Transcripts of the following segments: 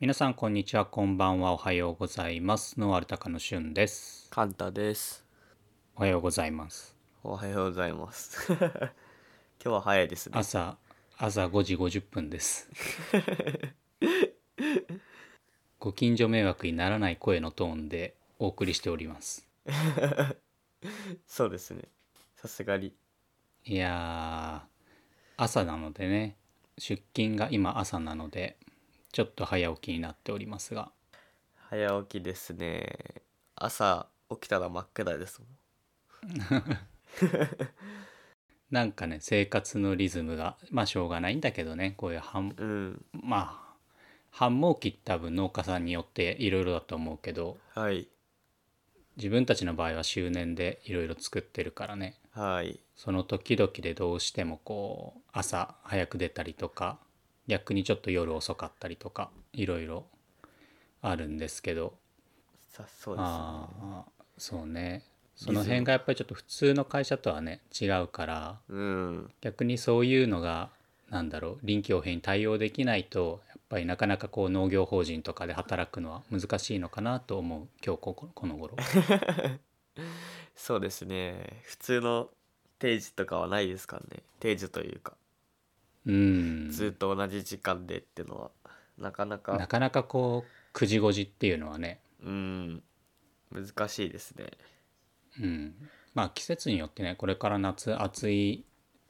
皆さん、こんにちは、こんばんは、おはようございます。ノーアルタカのしゅんです。カンタです。おはようございます。おはようございます。 今日は早いですね。朝、朝5時50分です。ご近所迷惑にならない声のトーンでお送りしております。 そうですね。さすがに。いやー、朝なのでね、出勤が今朝なので、ちょっと早起きになっておりますが、早起きですね。朝起きたら真っ暗ですもん。なんかね、生活のリズムが、まあしょうがないんだけどね、こういう半うん。まあ繁忙期って多分農家さんによっていろいろだと思うけどはい。自分たちの場合は周年でいろいろ作ってるからねはい。その時々でどうしてもこう朝早く出たりとか逆にちょっと夜遅かったりとかいろいろあるんですけどさそうですね。ああそうねズそムの辺がやっぱりちょっと普通の会社とはね違うからうん。逆にそういうのがなんだろう臨機応変に対応できないとやっぱりなかなかこう農業法人とかで働くのは難しいのかなと思う今日こここの頃そうですね。普通の定時とかはないですからね。定時というか、うん ずっと同じ時間でってのは、なかななか、かなかこう9時5時っていうのはね、うん。難しいですね。うん、まあ季節によってねこれから夏暑い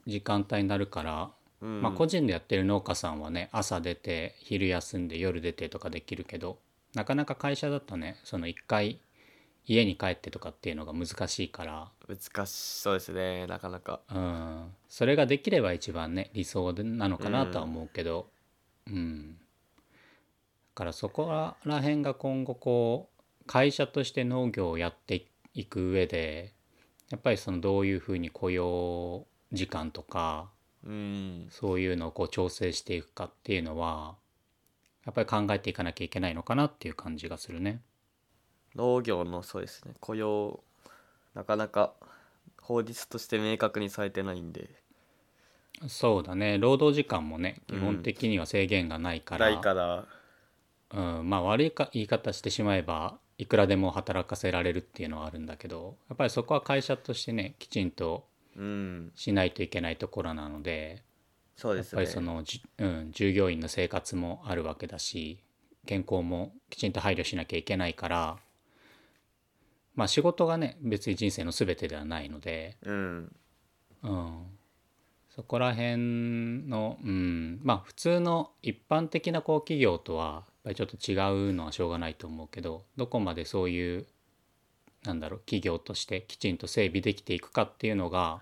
時間帯になるから、うん。まあ個人でやってる農家さんはね朝出て昼休んで夜出てとかできるけどなかなか会社だとねその1回家に帰ってとかっていうのが難しいから。難しそうですね。なかなか。うん、それができれば一番ね理想なのかなとは思うけど、うんだからそこら辺が今後こう会社として農業をやっていく上でやっぱりそのどういうふうに雇用時間とかうん。そういうのをこう調整していくかっていうのはやっぱり考えていかなきゃいけないのかなっていう感じがするね。農業のそうですね雇用なかなか法律として明確にされてないんでそうだね労働時間もね基本的には制限がないから。ないからうん、まあ悪いか言い方してしまえばいくらでも働かせられるっていうのはあるんだけどやっぱりそこは会社としてねきちんとうんしないといけないところなのでそうやでっすぱねりその、じうん、従業員の生活もあるわけだし健康もきちんと配慮しなきゃいけないからまあ仕事がね別に人生の全てではないので、うんうん、そこら辺の、うん、まあ普通の一般的なこう企業とはやっぱりちょっと違うのはしょうがないと思うけどどこまでそういうなんだろう企業としてきちんと整備できていくかっていうのが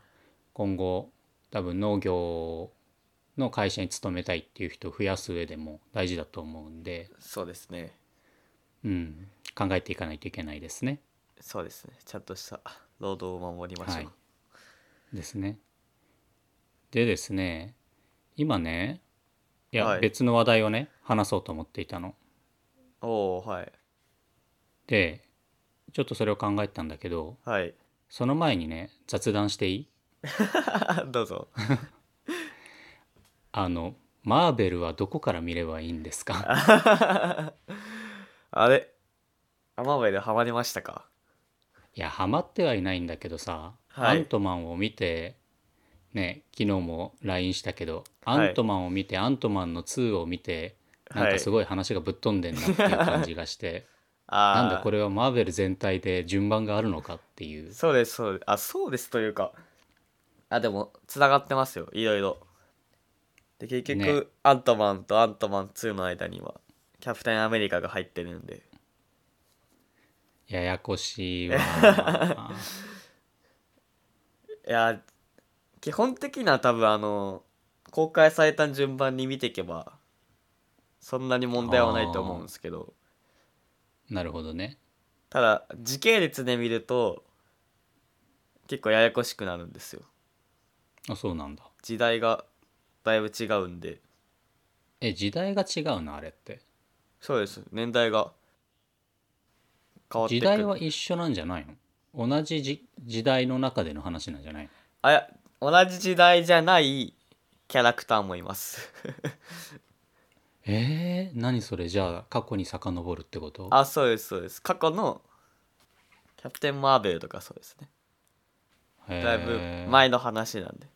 今後多分農業の会社に勤めたいっていう人を増やす上でも大事だと思うんで、そうですねうん、考えていかないといけないですね。そうですねちゃんとした労働を守りましょう、はいですね。でですね今ねいや、はい別の話題をね話そうと思っていたの。おおはいでちょっとそれを考えてたんだけどはい その前にね雑談していいどうぞ あのマーベルはどこから見ればいいんですかあれ雨上でハマりましたかいやハマってはいないんだけどさ、はいアントマンを見てね昨日も LINE したけど、はいアントマンを見てアントマンの2を見てはいなんかすごい話がぶっ飛んでんなっていう感じがして、あなんだこれれはマーベル全体で順番があるのかっていうそうですそうですあそうですというかあでもつながってますよいろいろで結局、ねアントマンとアントマン2の間にはキャプテンアメリカが入ってるんでややこしい わいや基本的な多分あの公開された順番に見ていけばそんなに問題はないと思うんですけどなるほどねただ時系列で見ると結構ややこしくなるんですよあそうなんだ時代がだいぶ違うんでえ時代が違うのあれってそうです年代が変わって時くる代は一緒なんじゃないの同じじ時代の中での話なんじゃないのあいや 同じ時代じゃないキャラクターもいますえー、何それじゃあ過去に遡るってことあそうですそうです過去のキャプテン・マーベルとかそうですねへーだいぶ前の話なんで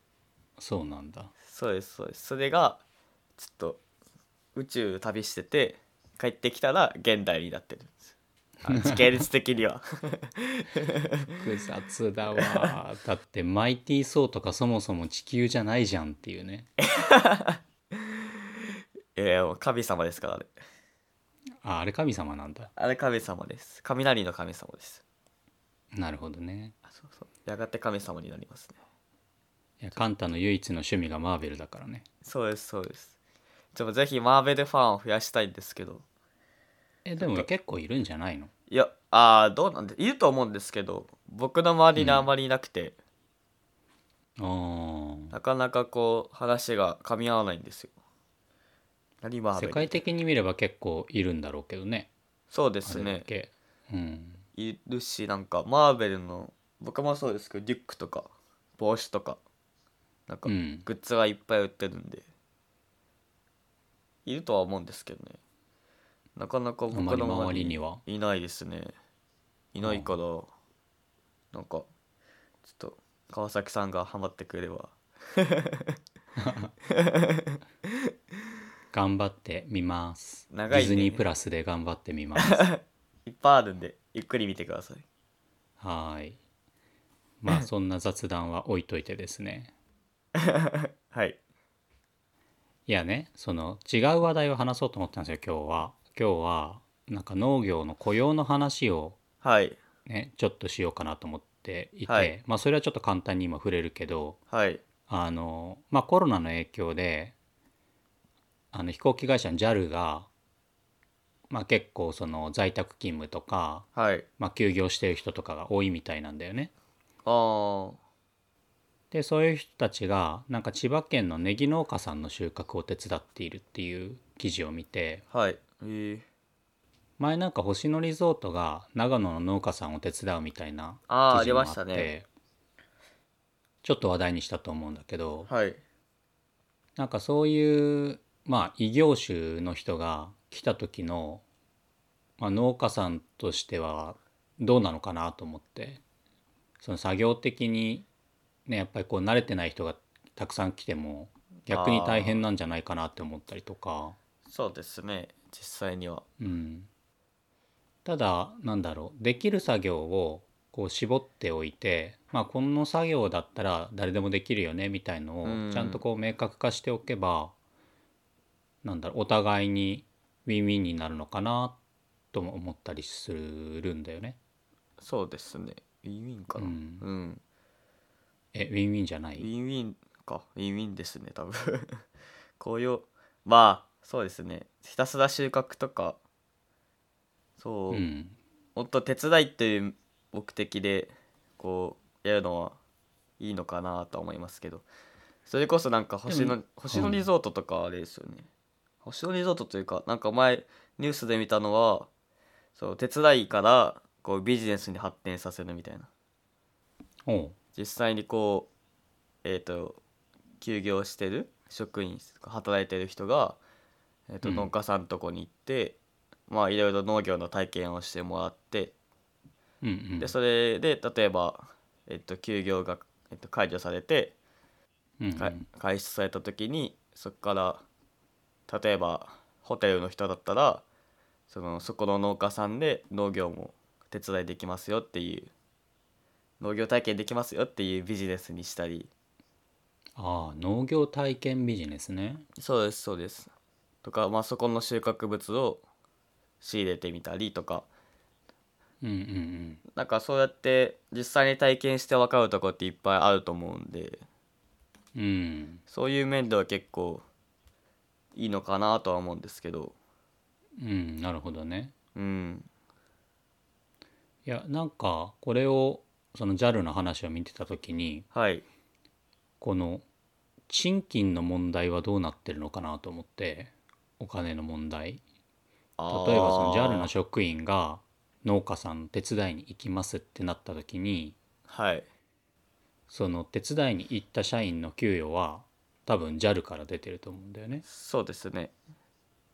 そうなんだそうですそうですそれがちょっと宇宙旅してて帰ってきたら現代になってるんですあ 時系列的には複雑だわ だってマイティー・ソーとかそもそも地球じゃないじゃんっていうねいやいやもう神様ですからねああれ神様なんだあれ神様です雷の神様ですなるほどねあそうそうやがて神様になりますねいやカンタの唯一の趣味がマーベルだからねそうですそうですちょっとぜひマーベルファンを増やしたいんですけどえでも結構いるんじゃないのいやあーどうなんでいると思うんですけど僕の周りにあまりいなくて、あなかなかこう話が噛み合わないんですよ何マあーベ世ル界的に見れば結構いるんだろうけどねそうであすれだねけうんいるしなんかマーベルの僕もそうですけどリュックとか帽子とかなんかうグんッズがいっぱい売ってるんで、いるとは思うんですけどねなかなか僕あまりの周りにはいないですねいないから、なんかちょっと川崎さんがハマってくれれば頑張ってみます長いねディズニープラスで頑張ってみます いっぱいあるんでゆっくり見てくださいはーいまあそんな雑談は置いといてですねはいいやねその違う話題を話そうと思ったんですよ今日は今日はなんか農業の雇用の話をはいねちょっとしようかなと思っていて、はいまあそれはちょっと簡単に今触れるけどはいあのまあコロナの影響であの飛行機会社の JAL が、まあ、結構その在宅勤務とか、はいまあ、休業してる人とかが多いみたいなんだよね。あーでそういう人たちがなんか千葉県のネギ農家さんの収穫を手伝っているっていう記事を見てはいえー、前なんか星野リゾートが長野の農家さんを手伝うみたいなあー記事もありましたねちょっと話題にしたと思うんだけど、はいなんかそういう、まあ、異業種の人が来た時の、まあ、農家さんとしてはどうなのかなと思ってその作業的に、ね、やっぱりこう慣れてない人がたくさん来ても逆に大変なんじゃないかなって思ったりとか、そうですね実際にはうん、ただなんだろうできる作業をこう絞っておいて、まあ、この作業だったら誰でもできるよねみたいのうんをちゃんとこう明確化しておけば、なんだろうお互いにウィンウィンになるのかなとも思ったりするんだよね。そうですねウィンウィンかなううんん、えウィンウィンじゃなウいィンウィンかウィンウィンですね多分 紅葉まあそうですねひたすら収穫とかそう、うん、もっと手伝いっていう目的でこうやるのはいいのかなとは思いますけどそれこそなんか星うの星野リゾートとかあれですよね、星野リゾートというかなんか前ニュースで見たのはそう手伝いからこうビジネスに発展させるみたいなおう実際にこうえっ、と休業してる職員働いてる人が、えーとうん農家さんとこに行ってまあいろいろ農業の体験をしてもらってうんうんでそれで例えば、えっと、休業が、えっと、解除されてうんうかん開出された時にそこから例えばホテルの人だったらそのそこの農家さんで農業も手伝いできますよっていう農業体験できますよっていうビジネスにしたりああ農業体験ビジネスね。そうですそうですとか、まあ、そこの収穫物を仕入れてみたりとかうんうんうんなんかそうやって実際に体験して分かるとこっていっぱいあると思うんで。うんそういう面では結構いいのかなとは思うんですけどうん、なるほどね。うんいやなんかこれをその JAL の話を見てた時にはいこの賃金の問題はどうなってるのかなと思ってお金の問題あ例えばーその JAL の職員が農家さんの手伝いに行きますってなった時にはいその手伝いに行った社員の給与は多分 JAL から出てると思うんだよね。そうですね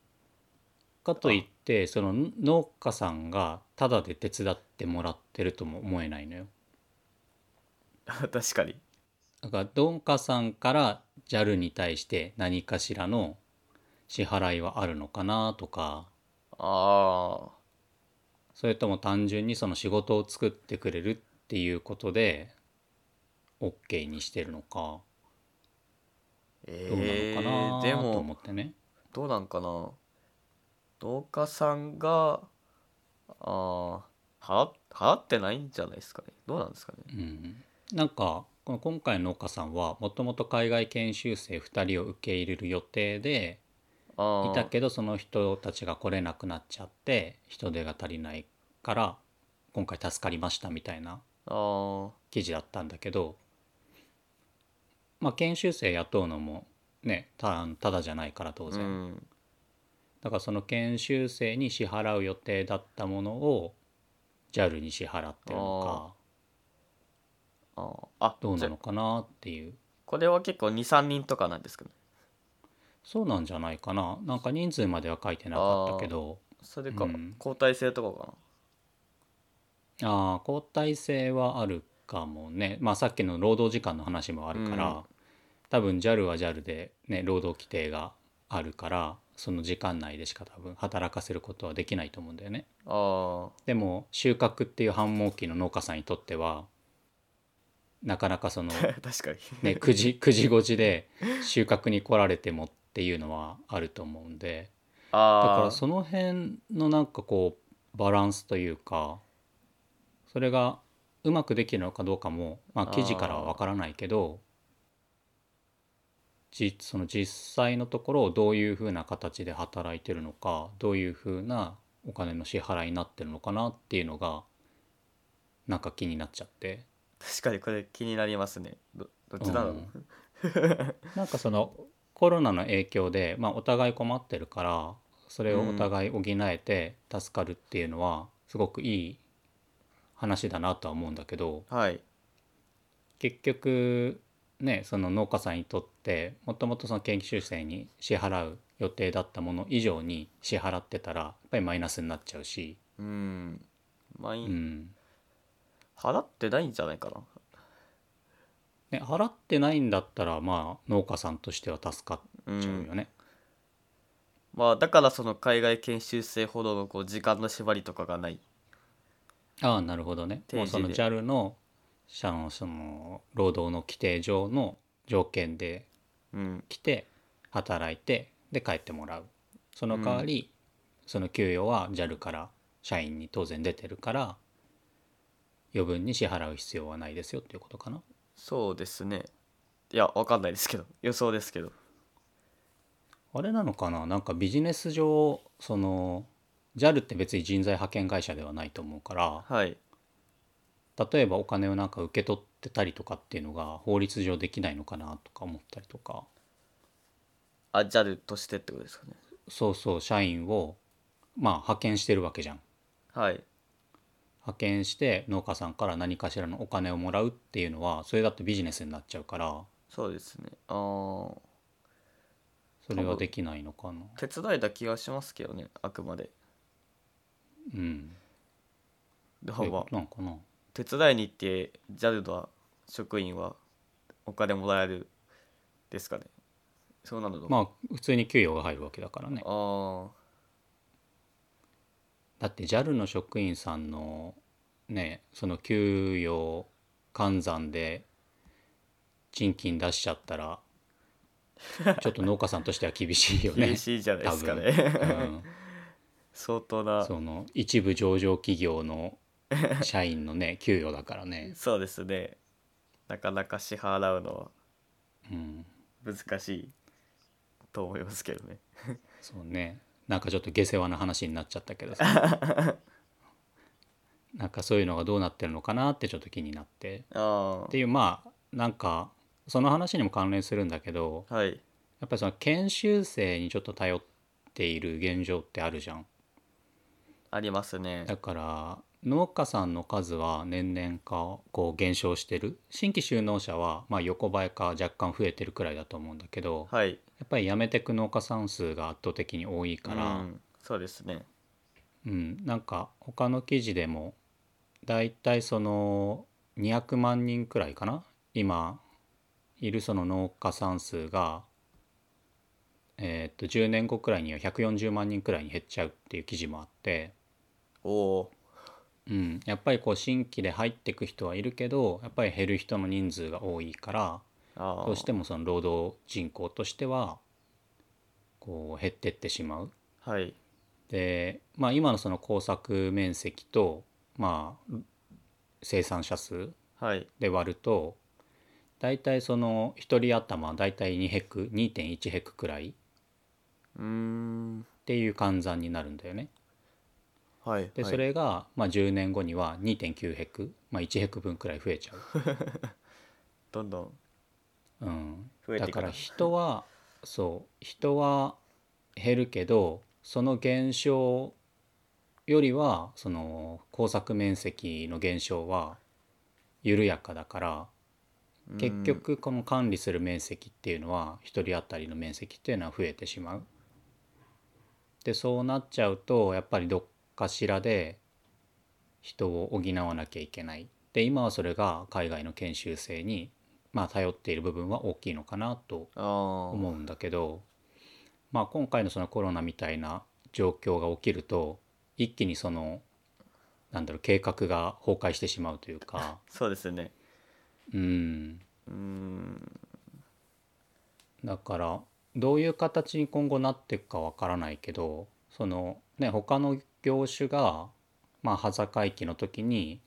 かといってその農家さんがタダで手伝ってもらってるとも思えないのよ。確かにだから農家さんから JAL に対して何かしらの支払いはあるのかなとかああそれとも単純にその仕事を作ってくれるっていうことで OK にしてるのかどうなええのでかなと思もってね。どうなんかな農家さんがああ払っ払ってないんじゃないですかねどうなんですかねうん、なんかこの今回の農家さんはもともと海外研修生2人を受け入れる予定でああいたけどその人たちが来れなくなっちゃって人手が足りないから今回助かりましたみたいなあー記事だったんだけど、まあ、研修生雇うのもねたただじゃないから当う然、んだからその研修生に支払う予定だったものを JAL に支払ってるのあーあかどうじなゃのかなっていうこれは結構23人とかなんですかねそうなんじゃないかななんか人数までは書いてなかったけどそれか、うん交代制とかかなああ交代制はあるかもねまあさっきの労働時間の話もあるから、うん多分 JAL は JAL で、ね、労働規定があるからその時間内でしか多分働かせることはできないと思うんだよねあーでも収穫っていう繁忙期の農家さんにとってはなかなかその、ね、 確かに 9時9時5時で収穫に来られてもっていうのはあると思うんでだかあらあその辺のなんかこうバランスというかそれがうまくできるのかどうかも、まあ、あー記事からはわからないけどじその実際のところをどういうふうな形で働いてるのかどういうふうなお金の支払いになってるのかなっていうのがなんか気になっちゃって確かにこれ気になりますねどどっちだろう、うん なんかそのコロナの影響で、まあ、お互い困ってるからそれをお互い補えて助かるっていうのはすごくいい話だなとは思うんだけどはい結局ねその農家さんにとってもともとその研修生に支払う予定だったもの以上に支払ってたらやっぱりマイナスになっちゃうし、うんまあいいうん払ってないんじゃないかなね、払ってないんだったらまあ農家さんとしては助かっうんちゃうよね。まあだからその海外研修生ほどのこう時間の縛りとかがないああなるほどね。もう定時そので JAL の社のその労働の規定上の条件でうん来て働いてで帰ってもらう。その代わり、その給与は JAL から社員に当然出てるから余分に支払う必要はないですよっていうことかな。そうですねいやわかんないですけど 予想ですけどあれなのかななんかビジネス上その JAL って別に人材派遣会社ではないと思うからはい例えばお金をなんか受け取ってたりとかっていうのが法律上できないのかなとか思ったりとかあ JAL としてってことですかねそうそう社員をまあ派遣してるわけじゃんはい派遣して農家さんから何かしらのお金をもらうっていうのはそれだってビジネスになっちゃうからそうですねあーそれはできないのかな手伝いだ気がしますけどねあくまでうんえでもまあなんかな手伝いに行って JAL の職員はお金もらえるですかねそうなのあまあ普通に給与が入るわけだからねあーだって JAL の職員さんのねその給与換算で賃金出しちゃったらちょっと農家さんとしては厳しいよね 厳しいじゃないですか多ね分、うん 相当なその一部上場企業の社員のね給与だからね、そうですねなかなか支払うのうん、は難しいと思いますけどねそうねなんかちょっと下世話な話になっちゃったけどさなんかそういうのがどうなってるのかなってちょっと気になってあっていうまあなんかその話にも関連するんだけどあはいやっぱりその研修生にちょっと頼っている現状ってあるじゃんありますねだから農家さんの数は年々かこう減少してる新規就農者はまあ横ばいか若干増えてるくらいだと思うんだけどはいやっぱり辞めてく農家さん数が圧倒的に多いから、うんそうですねうん、なんか他の記事でもだいたいその200万人くらいかな今いるその農家さん数が、えーっと10年後くらいには140万人くらいに減っちゃうっていう記事もあって、おおうん、やっぱりこう新規で入ってく人はいるけどやっぱり減る人の人数が多いからああどうしてもその労働人口としてはこう減ってってしまうはいで、まあ、今のその耕作面積と、まあ、生産者数はいで割ると大体その1人頭大体2ヘク2.1ヘクくらいっうーんていう換算になるんだよね。はいではいそれが、まあ、10年後には2.9ヘク、まあ、1ヘク分くらい増えちゃどんどんう。うん、増えてだいかくらと人はそう人は減るけどその減少よりはその耕作面積の減少は緩やかだからうん結局この管理する面積っていうのは1人当たりの面積っていうのは増えてしまう。でそうなっちゃうとやっぱりどっかしらで人を補わなきゃいけない。で今はそれが海外の研修生にまあ頼っている部分は大きいのかなとああ思うんだけど、まあ、今回のそのコロナみたいな状況が起きると一気にそのなんだろう計画が崩壊してしまうというかそうですねうんうーんだからどういう形に今後なっていくかわからないけどそのね他の業種がまあ端境期の時に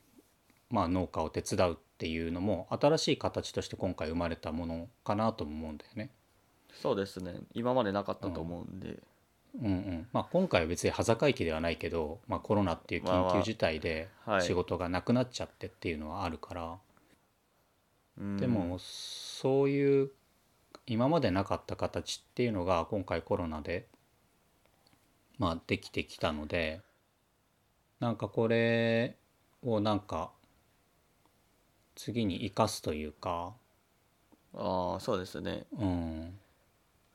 まあ農家を手伝うっていうのも新しい形として今回生まれたものかなとも思うんだよね。そうですね今までなかったと思うんで、うんうんまあ、今回は別に端境期ではないけど、まあ、コロナっていう緊急事態ではい仕事がなくなっちゃってっていうのはあるから、うんでもそういう今までなかった形っていうのが今回コロナで、まあ、できてきたのでなんかこれをなんか次に生かすというか、ああそうですねうん、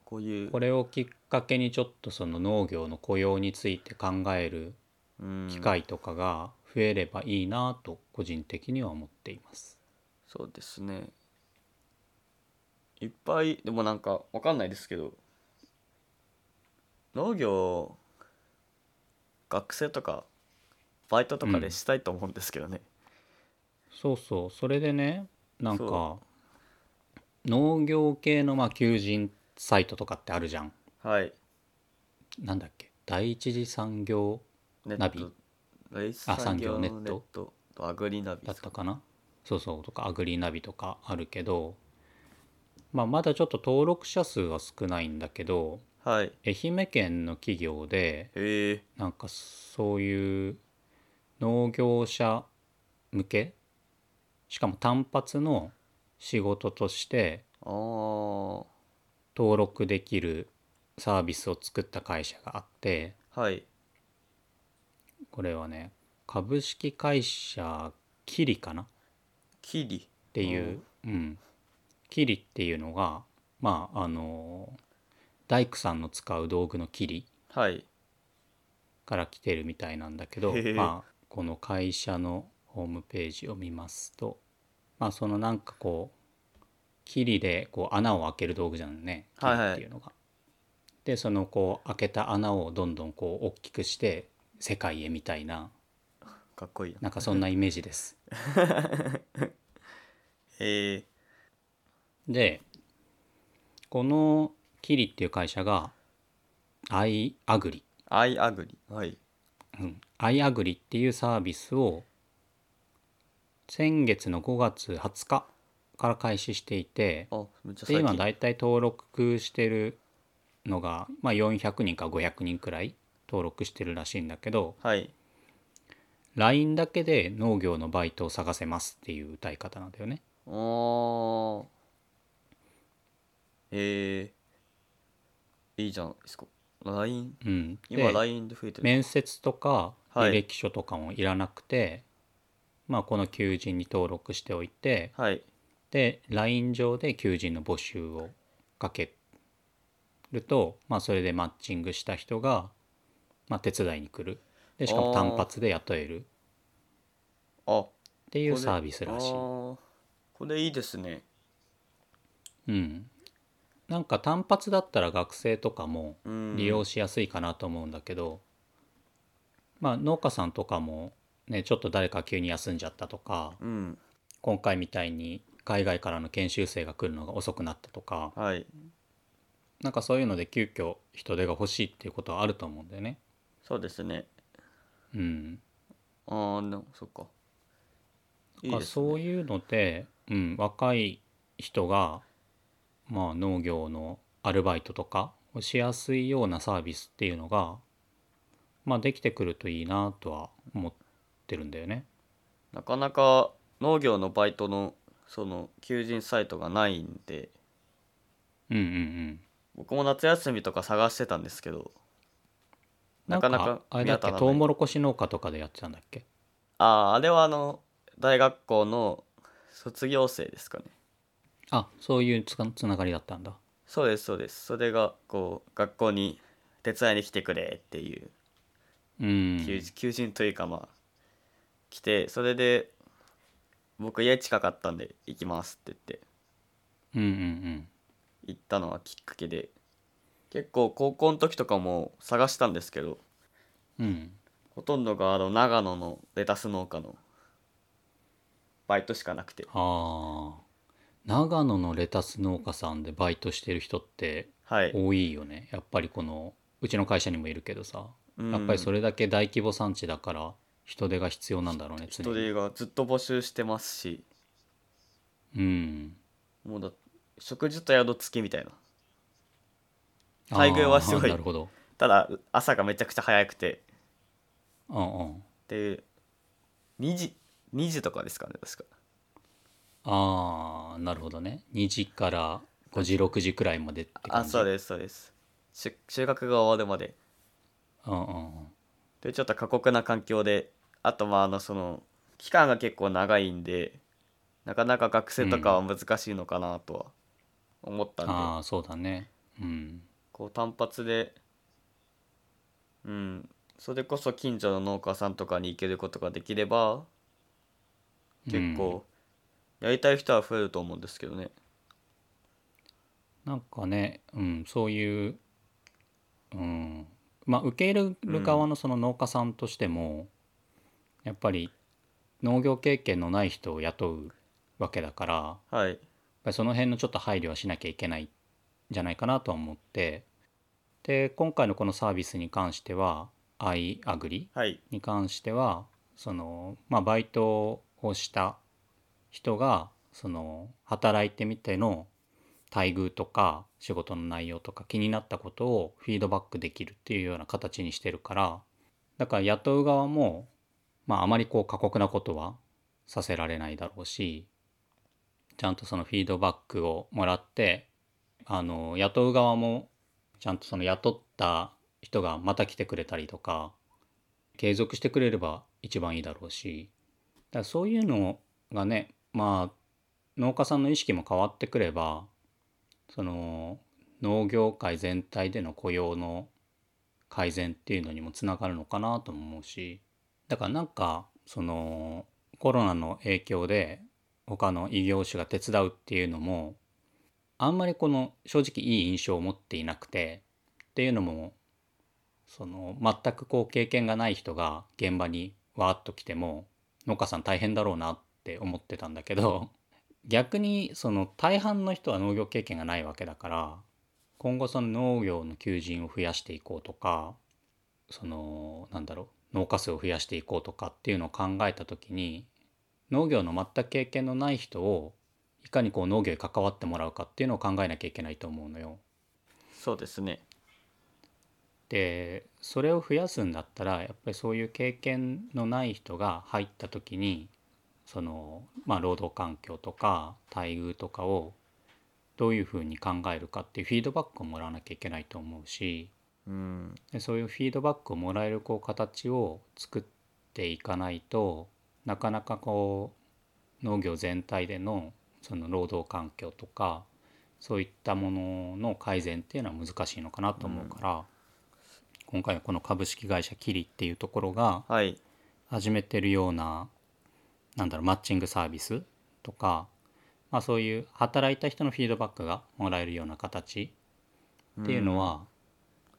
こういうこれをきっかけにちょっとその農業の雇用について考えるうん機会とかが増えればいいなと個人的には思っています。そうですねいっぱいでもなんかわかんないですけど農業学生とかバイトとかうでんしたいと思うんですけどね、そうそうそれでねなんかそ農業系のまあ求人サイトとかってあるじゃん。はいなんだっけ第一次産業ネナビレースあ産産業業ネネッットトとアグリナビだったかなそうそうとかアグリナビとかあるけど、まあ、まだちょっと登録者数は少ないんだけどはい愛媛県の企業でへえなんかそういう農業者向けしかも単発の仕事としてああ登録できるサービスを作った会社があってはいこれはね株式会社キリかなっキリていう、うん、キリっていうのがまああの大工さんの使う道具のキリはいから来てるみたいなんだけどへえ、まあ、この会社のホームページを見ますと、まあ、そのなんかこう切りでこう穴を開ける道具じゃんね切りはいはいっていうのが。でそのこう開けた穴をどんどんこう大きくして世界へみたいなかっこいいななんかそんなイメージです。へえでこのキリっていう会社がアイアグリアイアグリはいうん、iAgri っていうサービスを先月の5月20日から開始していてあめっちゃで最今近大体登録してるのが、まあ、400人か500人くらい登録してるらしいんだけどはい LINE だけで農業のバイトを探せますっていう歌い方なんだよね。ああ。えー、いいじゃん。いいっすか LINE、うん、今で LINE で増えてる。面接とかはい履歴書とかもいらなくて、まあ、この求人に登録しておいてはい。で LINE 上で求人の募集をかけると、まあ、それでマッチングした人がまあ、手伝いに来るでしかも単発で雇えるっあっていうサービスらしい。これいいですねうん、なんか単発だったら学生とかもうん利用しやすいかなと思うんだけど、まあ農家さんとかもねちょっと誰か急に休んじゃったとかうん今回みたいに海外からの研修生が来るのが遅くなったとかはいなんかそういうので急遽人手が欲しいっていうことはあると思うんだよね。そうですねうん、ああでもそっかいいなんでかすそういうので、うん、若い人が、まあ、農業のアルバイトとかをしやすいようなサービスっていうのが、まあ、できてくるといいなとは思ってるんだよね。なかなか農業のバイトのその求人サイトがないんでうんうんうん。僕も夏休みとか探してたんですけどななんかかなかあれだっけ見当たらないトウモロコシ農家とかでやってたんだっけあああれはあの大学校の卒業生ですかねあそういうつかつながりだったんだ。そうですそうですそれがこう学校に手伝いに来てくれっていううん。求求人というかまあ来てそれで僕家近かったんで行きますって言ってうんうんうん。行ったのはきっかけで結構高校の時とかも探したんですけどうん、ほとんどがあの長野のレタス農家のバイトしかなくてああ長野のレタス農家さんでバイトしてる人ってはい多いよねやっぱりこのうちの会社にもいるけどさ、うんやっぱりそれだけ大規模産地だから人手が必要なんだろうね常人に手がずっと募集してますしうんもうだ食事と宿付きみたいなあー待遇はすごいなるほどただ朝がめちゃくちゃ早くてうんうんで2時2時とかですかね確かああなるほどね2時から5時6時くらいまでって感あじそうですそうですし収穫が終わるまでうんうんうんでちょっと過酷な環境であとまああのその期間が結構長いんでなかなか学生とかは難しいのかなとは思ったんで、ああそうだねうんこう単発でうんそれこそ近所の農家さんとかに行けることができれば結構やりたい人は増えると思うんですけどねなんかね、うん、そういう、うんまあ、受け入れる側のその農家さんとしても、やっぱり農業経験のない人を雇うわけだからやっはいぱりその辺のちょっと配慮はしなきゃいけないんじゃないかなとは思ってで今回のこのサービスに関しては iAgri はいに関してはその、まあ、バイトをした人がその働いてみての待遇とか仕事の内容とか気になったことをフィードバックできるっていうような形にしてるからだから雇う側も、まあ、あまりこう過酷なことはさせられないだろうしちゃんとそのフィードバックをもらってあの雇う側もちゃんとその雇った人がまた来てくれたりとか継続してくれれば一番いいだろうしだからそういうのがねまあ農家さんの意識も変わってくればその農業界全体での雇用の改善っていうのにもつながるのかなとも思うしだからなんかそのコロナの影響で他の異業種が手伝うっていうのもあんまりこの正直いい印象を持っていなくてっていうのもその全くこう経験がない人が現場にわーっと来ても農家さん大変だろうなって思ってたんだけど 逆にその大半の人は農業経験がないわけだから今後その農業の求人を増やしていこうとかそのなんだろう農家数を増やしていこうとかっていうのを考えた時に農業の全く経験のない人をいかにこう農業に関わってもらうかっていうのを考えなきゃいけないと思うのよ。そうですねでそれを増やすんだったらやっぱりそういう経験のない人が入った時にその、まあ、労働環境とか待遇とかをどういうふうに考えるかっていうフィードバックをもらわなきゃいけないと思うしうんでそういうフィードバックをもらえるこう形を作っていかないとなかなかこう農業全体でのその労働環境とかそういったものの改善っていうのは難しいのかなと思うから、今回のこの株式会社キリっていうところがはい始めてるようななんだろうマッチングサービスとか、まあ、そういう働いた人のフィードバックがもらえるような形っていうのは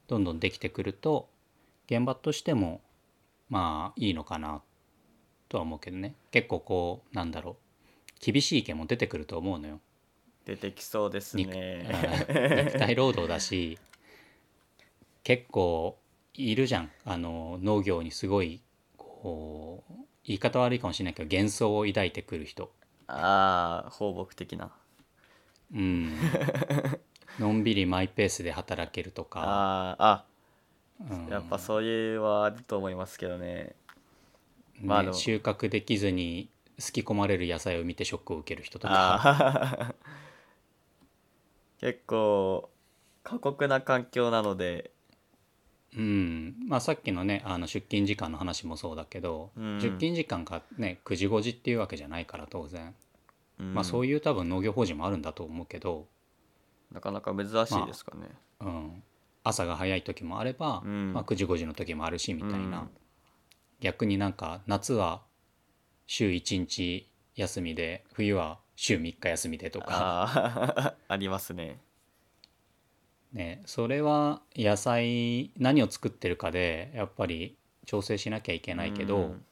どんどんできてくると現場としてもまあいいのかなとは思うけどね結構こうなんだろう厳しい意見も出てくると思うのよ。出てきそうです肉ね うん肉体労働だし結構いるじゃんあの農業にすごいこう言い方悪いかもしれないけど幻想を抱いてくる人、ああ放牧的な うん、のんびりマイペースで働けるとか、あーあうんやっぱそういうはあると思いますけどねまあねでも収穫できずに好き込まれる野菜を見てショックを受ける人とかあー 結構過酷な環境なのでうんまあ、さっきのねあの出勤時間の話もそうだけど、うん出勤時間が、ね、9時5時っていうわけじゃないから当然。まあ、そういいう多分農業法人もあるんだと思うけど、うんなかなか珍しいですかね、うん、朝が早い時もあれば、うんまあ、9時5時の時もあるしみたいな、うん逆になんか夏は週1日休みで冬は週3日休みでとか、ああ ありますねね、それは野菜何を作ってるかでやっぱり調整しなきゃいけないけど、うん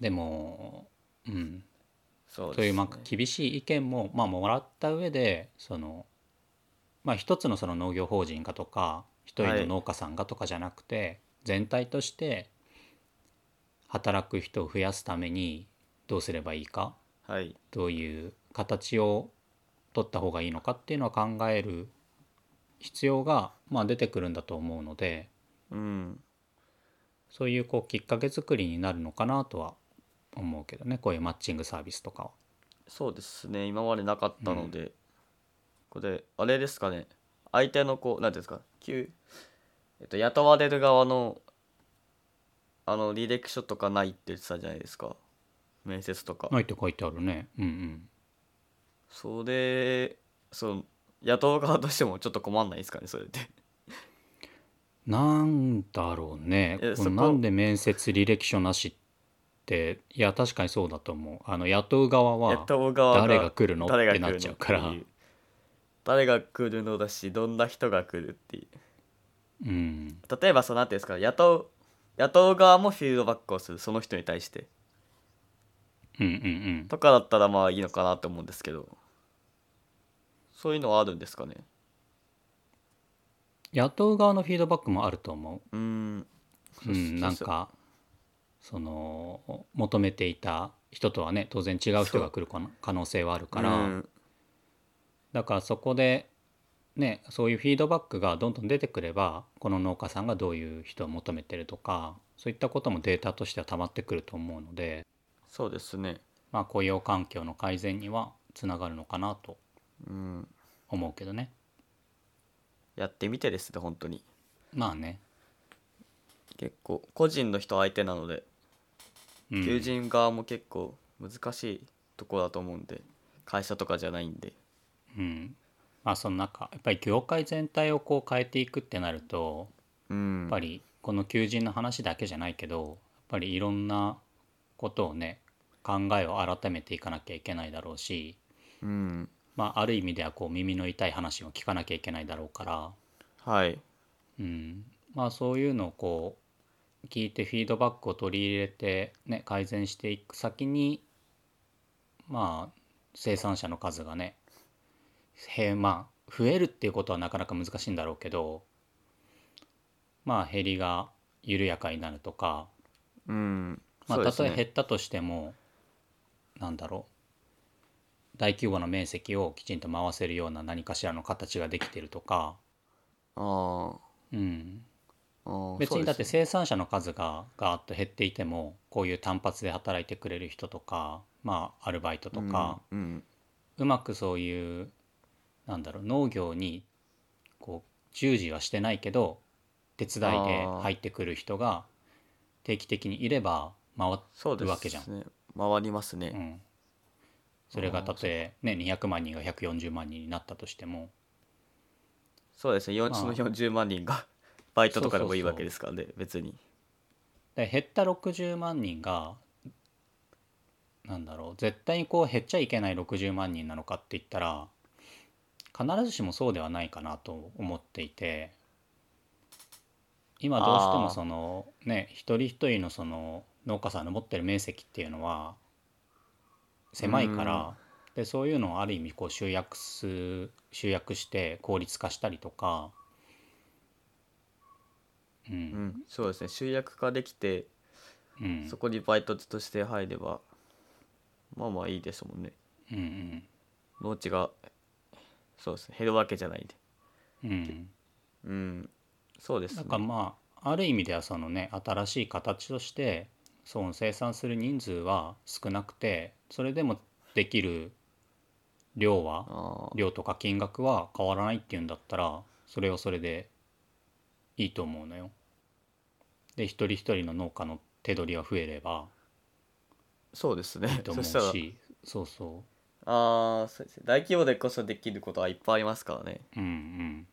でも、うん、そうというまねあ厳しい意見もまあもらった上でそのまあ一つのその農業法人がとか一人はのい農家さんがとかじゃなくて、全体として働く人を増やすためにどうすればいいかはいどういう形を取った方がいいのかっていうのは考える必要がまあ出てくるんだと思うのでうんそういうこうきっかけ作りになるのかなとは思うけどねこういうマッチングサービスとかは。そうですね今までなかったので、これあれですかね相手のこう何ていうんですか旧、えっと、雇われる側のあの履歴書とかないって言ってたじゃないですか面接とか、ないって書いてあるね。うんうんそれその雇う側としてもちょっと困んないですかねそれってなんだろうねえこそのこなんで面接履歴書なしっていや確かにそうだと思うあの雇う側は雇う側誰が来るの誰が来るってなっちゃうからっていう誰が来るのだしどんな人が来るっていううん例えばそのなんていうんですか雇う雇う側もフィードバックをするその人に対してうんうんうんとかだったらまあいいのかなと思うんですけどそういうのはあるんですかね雇う側のフィードバックもあると思うーんう、うん、なんかその求めていた人とはね当然違う人が来る可能可能性はあるから、うんだからそこでねそういうフィードバックがどんどん出てくればこの農家さんがどういう人を求めてるとかそういったこともデータとしては溜まってくると思うので。そうですねまあ、雇用環境の改善にはつながるのかなとうん思うけどねやってみてですね本当にまあね、結構個人の人相手なのでうん求人側も結構難しいところだと思うんで会社とかじゃないんでうんまあその中やっぱり業界全体をこう変えていくってなるとうやんっぱりこの求人の話だけじゃないけどやっぱりいろんなことをね考えを改めていかなきゃいけないだろうし、うんまあ、ある意味ではこう耳の痛い話を聞かなきゃいけないだろうから、はいうん、まあそういうのをこう聞いてフィードバックを取り入れて、ね、改善していく先にまあ生産者の数がねへまあ増えるっていうことはなかなか難しいんだろうけどまあ減りが緩やかになるとか、うんまあ、そうたですとねえ減ったとしても、なんだろう大規模な面積をきちんと回せるような何かしらの形ができてるとか、あーうん、あー別そうにでだすって生産者の数がガーッと減っていてもこういう単発で働いてくれる人とかまあアルバイトとか、うんうんうまくそういうなんだろう農業にこう従事はしてないけど手伝いで入ってくる人が定期的にいれば回っそうでするわけじゃんね回りますね、うん、それがたとえ、ね、200万人が140万人になったとしてもそうですね、よんまあその40万人が バイトとかでもいいそうそうそうわけですからね別にで減った60万人がなんだろう絶対にこう減っちゃいけない60万人なのかって言ったら必ずしもそうではないかなと思っていて今どうしてあもーそのね一人一人のその農家さんの持ってる面積っていうのは狭いからでそういうのをある意味こう集約す集約して効率化したりとか、ううんんそうですね集約化できてうんそこにバイトとして入ればまあまあいいですもんねうんうん農地がそうですね減るわけじゃないんでうん、うんそうですなねんかまあある意味ではそのね新しい形としてその生産する人数は少なくてそれでもできる量はあー量とか金額は変わらないっていうんだったらそれはそれでいいと思うのよ。で一人一人の農家の手取りが増えればそうですいねいと思そうしたらしそうそああそうですね大規模でこそできることはいっぱいありますからねううんうん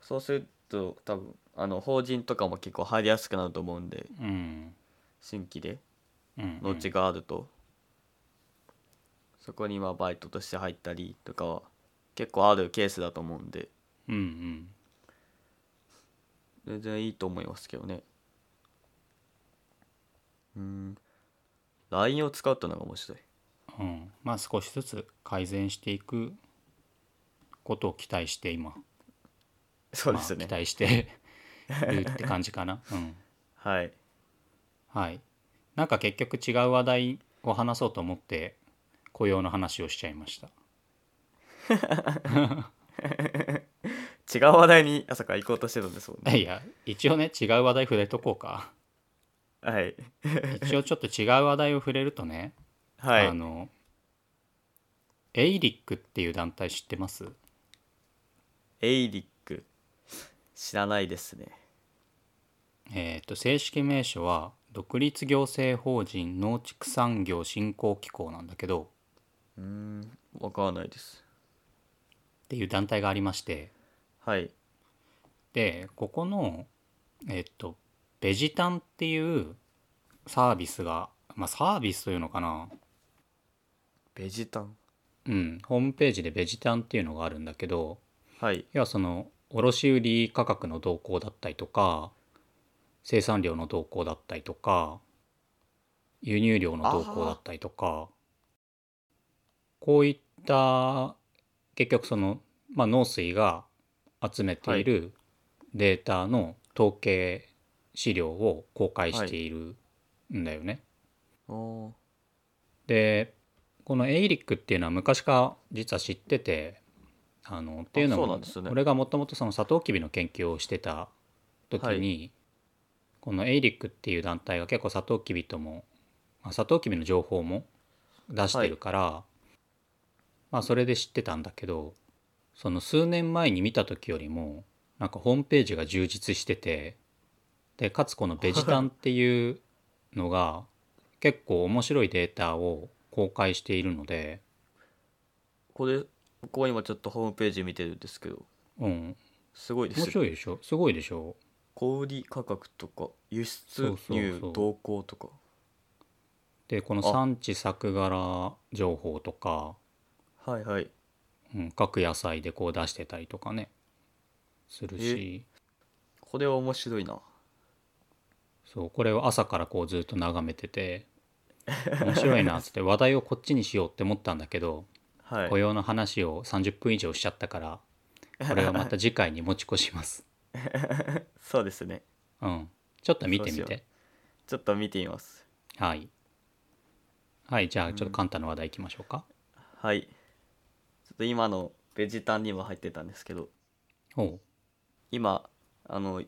そうすると多分あの法人とかも結構入りやすくなると思うんでうん新規でうんうん農地があると、そこにまあバイトとして入ったりとかは結構あるケースだと思うんでうんうん全然いいと思いますけどねうん LINE を使うとのが面白いうん、まあ少しずつ改善していくことを期待して今 そうですまねあ、期、待してるって感じか な、うん、はいはいなんか結局違う話題を話そうと思って雇用の話をしちゃいま した違う話題に朝から行こうとしてたんですもんねいや一応ね違う話題触れとこうか はい一応ちょっと違う話題を触れるとね、はいあのエイリックっていう団体知ってますエイリック知らないですねえー、と正式名称は独立行政法人農畜産業振興機構なんだけどうーんわからないですっていう団体がありましてはいでここのえっとベジタンっていうサービスがまあサービスというのかなベジタンうんホームページでベジタンっていうのがあるんだけどはい要はその卸売価格の動向だったりとか生産量の動向だったりとか輸入量の動向だったりとかこういった結局その、まあ、農水が集めているデータの統計資料を公開しているんだよね。おーでこのエイリックっていうのは昔から実は知っててあのっていうのそうなもんですね俺がもともとそのサトウキビの研究をしてた時に、はこのエイリックっていう団体が結構サトウキビともまあサトウキビの情報も出してるから、まあそれで知ってたんだけどその数年前に見た時よりもなんかホームページが充実しててでかつこのベジタンっていうのが結構面白いデータを公開しているので、これ僕は今ちょっとホームページ見てるんですけどうん、すごいで面すね白いでしょすごいでしょ小売価格とか輸そ出うそう入そう動向とかでこのあ産地作柄情報とか、はいはいうん、各野菜でこう出してたりとかねするしこれは面白いなそうこれを朝からこうずっと眺めてて面白いなっつって 話題をこっちにしようって思ったんだけどはい雇用の話を30分以上しちゃったからこれはまた次回に持ち越します。そうですねうん、ちょっと見てみそうしよて。ちょっと見てみますはい。はい、じゃあちょっとカンタの話題いきましょうか。はいちょっと今のベジタンにも入ってたんですけどおう。今あの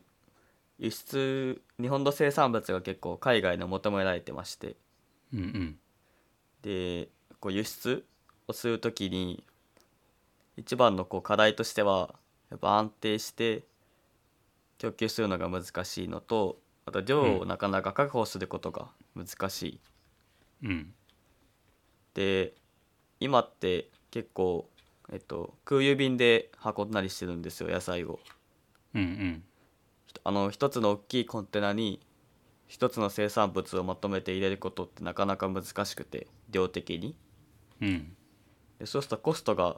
輸出日本の生産物が結構海外の求められてましてうんうん。でこう輸出をする時に一番のこう課題としてはやっぱ安定して供給するのが難しいのとあと量をなかなか確保することが難しい、うん。で今って結構、えっと、空輸便で運んだりしてるんですよ野菜を。うんうん。あの一つの大きいコンテナに一つの生産物をまとめて入れることってなかなか難しくて量的にうんでそうするとコストが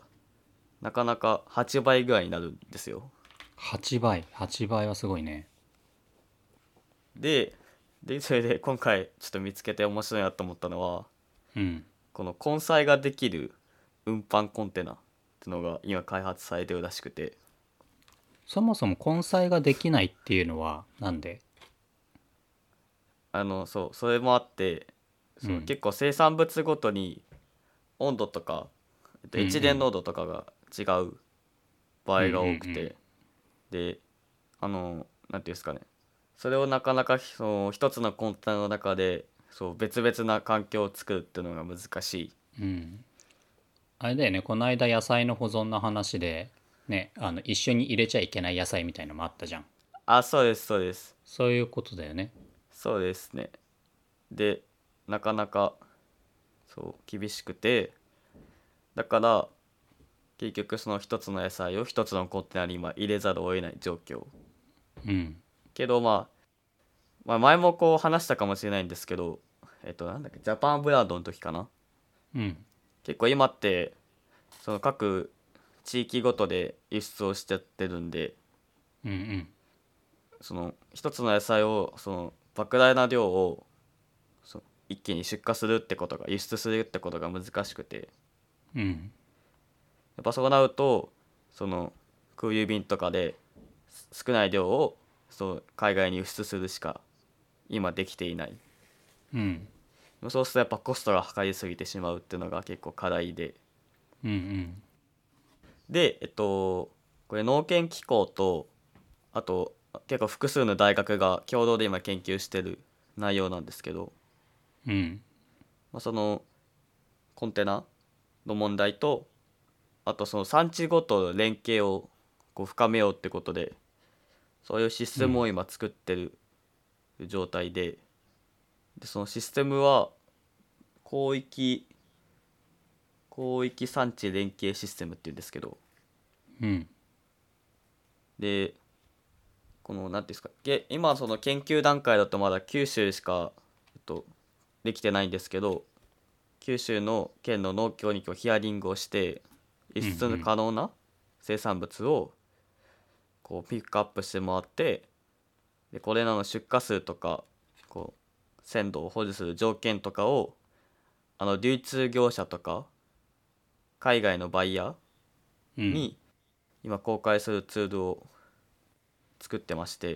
なかなか8倍ぐらいになるんですよ8倍8倍はすごいねででそれで今回ちょっと見つけて面白いなと思ったのはうんこの根菜ができる運搬コンテナってのが今開発されてるらしくてそもそも根菜ができないっていうのはなんであのそうそれもあってそう、うん結構生産物ごとに温度とかえっとうんうん一電濃度とかが違う場合が多うくて、んうんうんであのなんていうんですかねそれをなかなかその一つのコンテナの中でそう別々な環境を作るっていうのが難しいうんあれだよねこの間野菜の保存の話でねあの一緒に入れちゃいけない野菜みたいのもあったじゃんあそうですそうですそういうことだよねそうですねでなかなかそう厳しくてだから結局その一つの野菜を一つのコンテナに今入れざるを得ない状況うんけど、まあ、まあ前もこう話したかもしれないんですけどえっとなんだっけジャパンブランドの時かなうん結構今ってその各地域ごとで輸出をしちゃってるんでうんうんその一つの野菜をその莫大な量をそう一気に出荷するってことが輸出するってことが難しくてやうんっぱそうなるとその空輸便とかです少ない量をそう海外に輸出するしか今できていないうんそうするとやっぱコストがかかりすぎてしまうっていうのが結構課題でうんうんでえっとこれ農研機構とあと結構複数の大学が共同で今研究してる内容なんですけどうんまあ、そのコンテナの問題とあとその産地ごとの連携をこう深めようってことでそういうシステムを今作ってる状態で,、でそのシステムは広域広域産地連携システムっていうんですけどうんでこの何ていうんですかげ今その研究段階だとまだ九州しか、えっと、できてないんですけど九州の県の農協に今日ヒアリングをして輸うんう出ん可能な生産物をこうピックアップしてもらってでこれらの出荷数とかこう鮮度を保持する条件とかをあの流通業者とか海外のバイヤーうんに今公開するツールを作ってまして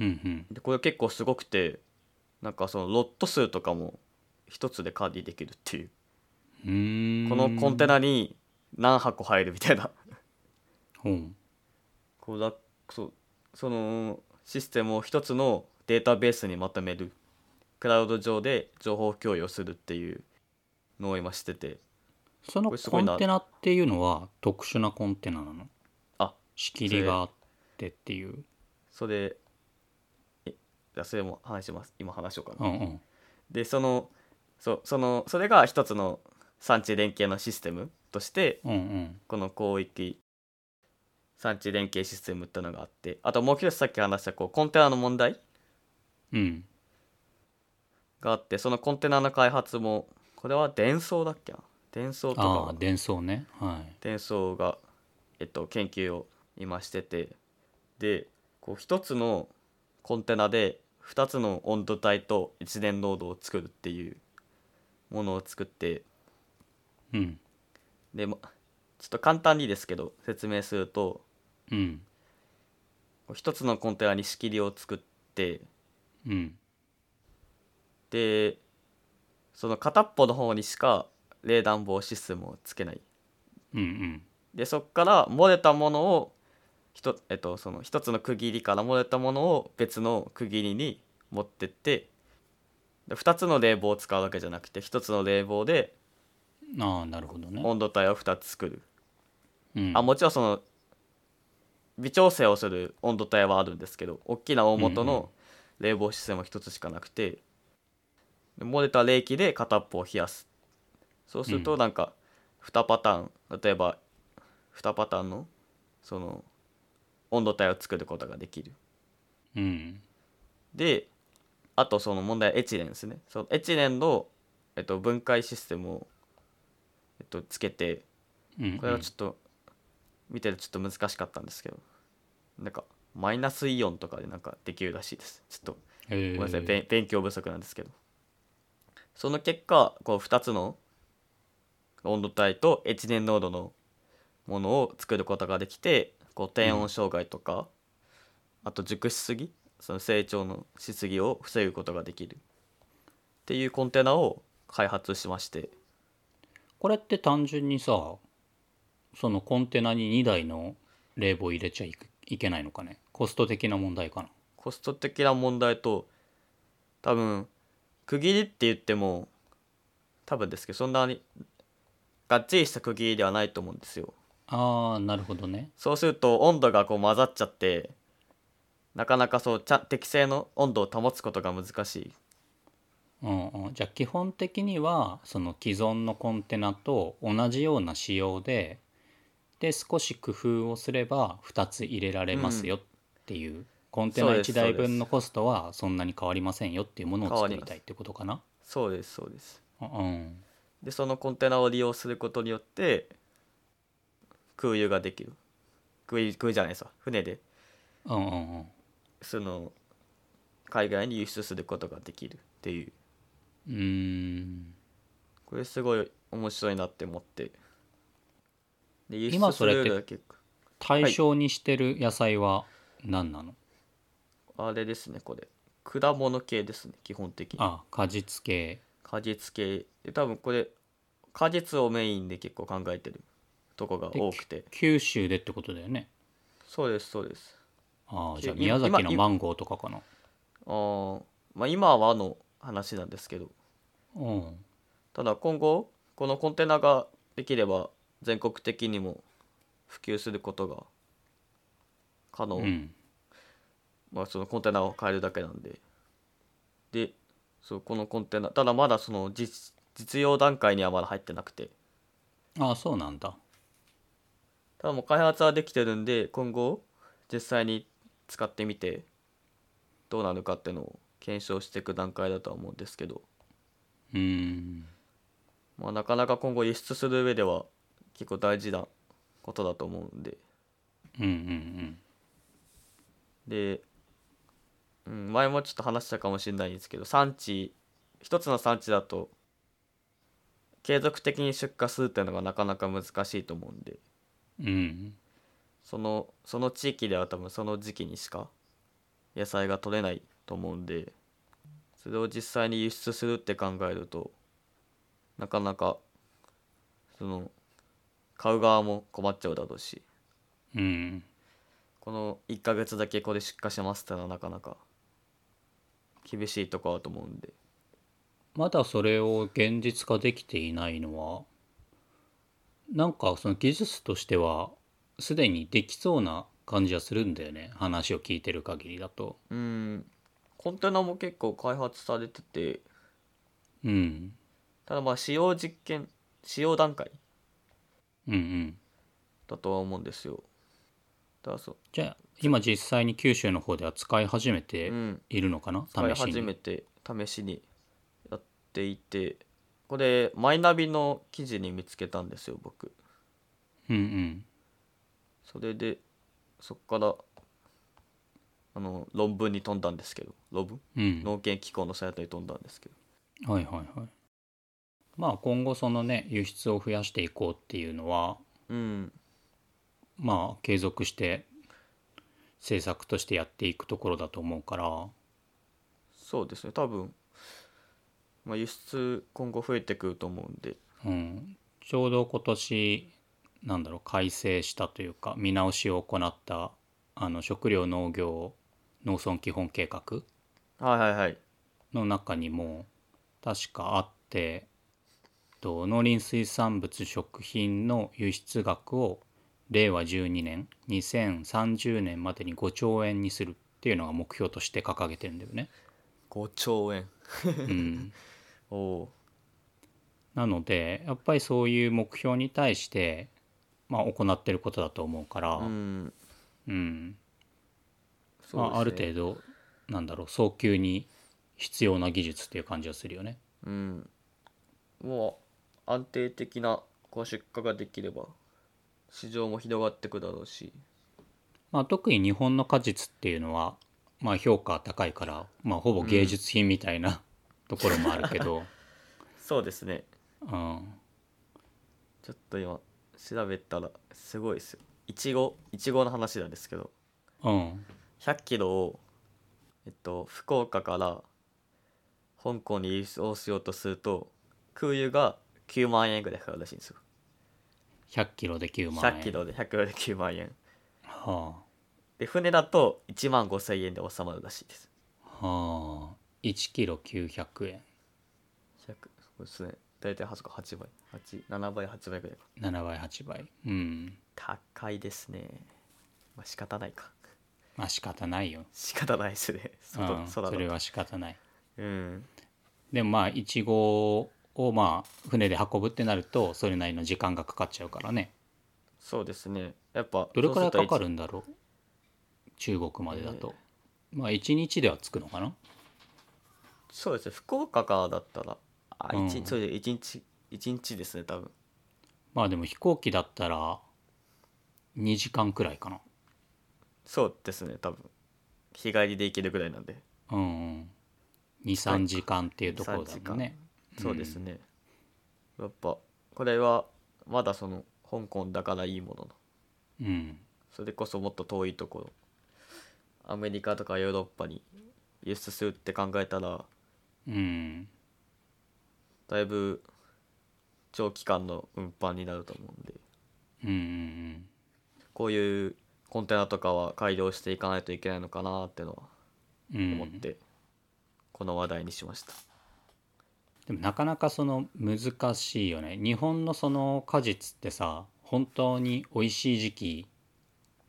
うんうんでこれ結構すごくてなんかそのロット数とかも一つで管理できるっていううーんこのコンテナに何箱入るみたいな ほうこうだそうそのシステムを一つのデータベースにまとめるクラウド上で情報共有するっていうのを今しててそのこれすごコいなンテナっていうのは特殊なコンテナなのあ仕切りがあってっていうそれえじゃあそれも話します今話しようかうなんうんでそのそそのそれが一つの産地連携のシステムとしてうんうんこの広域産地連携システムってのがあってあともう一つさっき話したこうコンテナの問題うんがあってそのコンテナの開発もこれは伝送だっけな伝送とああか伝送ねはい伝送が、えっと、研究を今しててでこう一つのコンテナで2つの温度帯と一電濃度を作るっていうものを作ってうんでまちょっと簡単にですけど説明するとうんこう一つのコンテナに仕切りを作ってうんでその片っぽの方にしか冷暖房システムをつけないうんうんでそっから漏れたものをひとえっと、その一つの区切りから漏れたものを別の区切りに持ってってで2つの冷房を使うわけじゃなくて1つの冷房でああなるほどね温度帯を2つ作るうんあもちろんその微調整をする温度帯はあるんですけど大きな大元うんうんの冷房システムは一つしかなくて、で漏れた冷気で片っぽを冷やすそうするうとんなんか2パターン例えば2パターンのその温度帯を作ることができるうんであとその問題はエチレンですねそのエチレンの、えっと、分解システムを、えっと、つけてうんこれはちょっと見てるとちょっと難しかったんですけどなんかマイナスイオンとかでなんかできるらしいですちょっとうんごめんなさい、へーべん勉強不足なんですけどその結果こう2つの温度帯と越年濃度のものを作ることができてこう低温障害とか、あと熟しすぎその成長のしすぎを防ぐことができるっていうコンテナを開発しましてこれって単純にさそのコンテナに2台の冷房入れちゃいけいけないのかねコスト的な問題かなコスト的な問題と多分区切りって言っても多分ですけどそんなにがっちりした区切りではないと思うんですよ。あーなるほどねそうすると温度がこう混ざっちゃってなかなかそうちゃん適正の温度を保つことが難しいうんうん、じゃあ基本的にはその既存のコンテナと同じような仕様でで少し工夫をすれば2つ入れられますよっていう、コンテナそうです1台分のコストはそんなに変わりませんよっていうものを作りたいってことかな。そうですそうですうん、でそのコンテナを利用することによって空輸ができる空輸空輸じゃないですわ船でうんうんうんその海外に輸出することができるっていううーんこれすごい面白いなって思ってで輸今出すそれっるてのは結構対象にしてる野菜は何なの、あれですねこれ果物系ですね基本的にあ果実系果実系で多分これ果実をメインで結構考えてるとこが多くて九州でってことだよね。そうですそうですあーきじゃあ宮今崎のマ今ンゴーとかかな。あー、まあ、今はの話なんですけどうんただ今後このコンテナができれば全国的にも普及することが可能、うんまあ、そのコンテナを変えるだけなんででそうこのコンテナただまだその実実用段階にはまだ入ってなくてああそうなんだ。ただもう開発はできてるんで今後実際に使ってみてどうなるかっていうのを検証していく段階だとは思うんですけど、うーんまあ、なかなか今後輸出する上では結構大事なことだと思うんでうんうんで、うん、前もちょっと話したかもしれないんですけど産地一つの産地だと継続的に出荷するっていうのがなかなか難しいと思うんでうんうんそのその地域では多分その時期にしか野菜が取れないと思うんでそれを実際に輸出するって考えるとなかなかその買う側も困っちゃうだろうしうんこの1ヶ月だけこれ出荷しますってのはなかなか厳しいとこだと思うんでまだそれを現実化できていないのはなんかその技術としてはすでにできそうな感じはするんだよね話を聞いてる限りだと。うんコンテナも結構開発されててうんただまあ使用実験使用段階うんうん、だとは思うんですよただそうじゃあ今実際に九州の方では使い始めてうんいるのかな、使い試し始に。めて試しにやっていてこれマイナビの記事に見つけたんですよ僕うんうんそれでそっからあの論文に飛んだんですけど論文うん、農研機構のサイトに飛んだんですけどはいはいはい。まあ今後そのね輸出を増やしていこうっていうのはうんまあ継続して政策としてやっていくところだと思うからそうですね多分、まあ、輸出今後増えてくると思うんでうん、ちょうど今年なんだろう改正したというか見直しを行ったあの食料農業農村基本計画はいはいはいの中にも確かあってと農林水産物食品の輸出額を令和12年2030年までに5兆円にするっていうのが目標として掲げてるんだよ ね。 5兆円うんおおなのでやっぱりそういう目標に対して、まあ、行ってることだと思うから、うんうんそうですねまあ、ある程度なんだろう早急に必要な技術っていう感じはするよね。うん、もう安定的なこう出荷ができれば市場も広がってくだろうしまあ、特に日本の果実っていうのは、まあ、評価高いから、まあ、ほぼ芸術品みたいな、 ところもあるけど、そうですねうん、ちょっと今調べたらすごいですよいちごいちごの話なんですけどうん、 100キロを、えっと、福岡から香港に輸送しようとすると空輸が9万円ぐらいかかるらしいんですよ100キロで9万円。 100キロで100キロで9万円はで船だと1万5千円で収まるらしいですあ、はあ、1キロ900円、 100そうですね大体はそこ8倍87倍8倍ぐらい7倍8倍。うん、か高いですねまあ仕方ないか まあ仕方ないよ。仕方ないですね外うん、そ空だれとは仕方ない。うんでもまあいちごをまあ船で運ぶってなるとそれなりの時間がかかっちゃうからねそうですねやっぱどれくらいかそうかするるんだろう中国までだと、まあ1日では着くのかなと一そうですね福岡からだったらあうん一日そうです一日一日ですね多分まあでも飛行機だったら2時間くらいかなそうですね多分日帰りで行けるぐらいなんでうん、うん、23時間っていうところ3だ時もん間ねそうですね、やっぱこれはまだその香港だからいいもののうんそれこそもっと遠いところアメリカとかヨーロッパに輸出するって考えたらうんだいぶ長期間の運搬になると思うんでうんうんうんこういうコンテナとかは改良していかないといけないのかなってのはうんうん思って、この話題にしましたでもなかなかその難しいよね日本のその果実ってさ本当に美味しい時期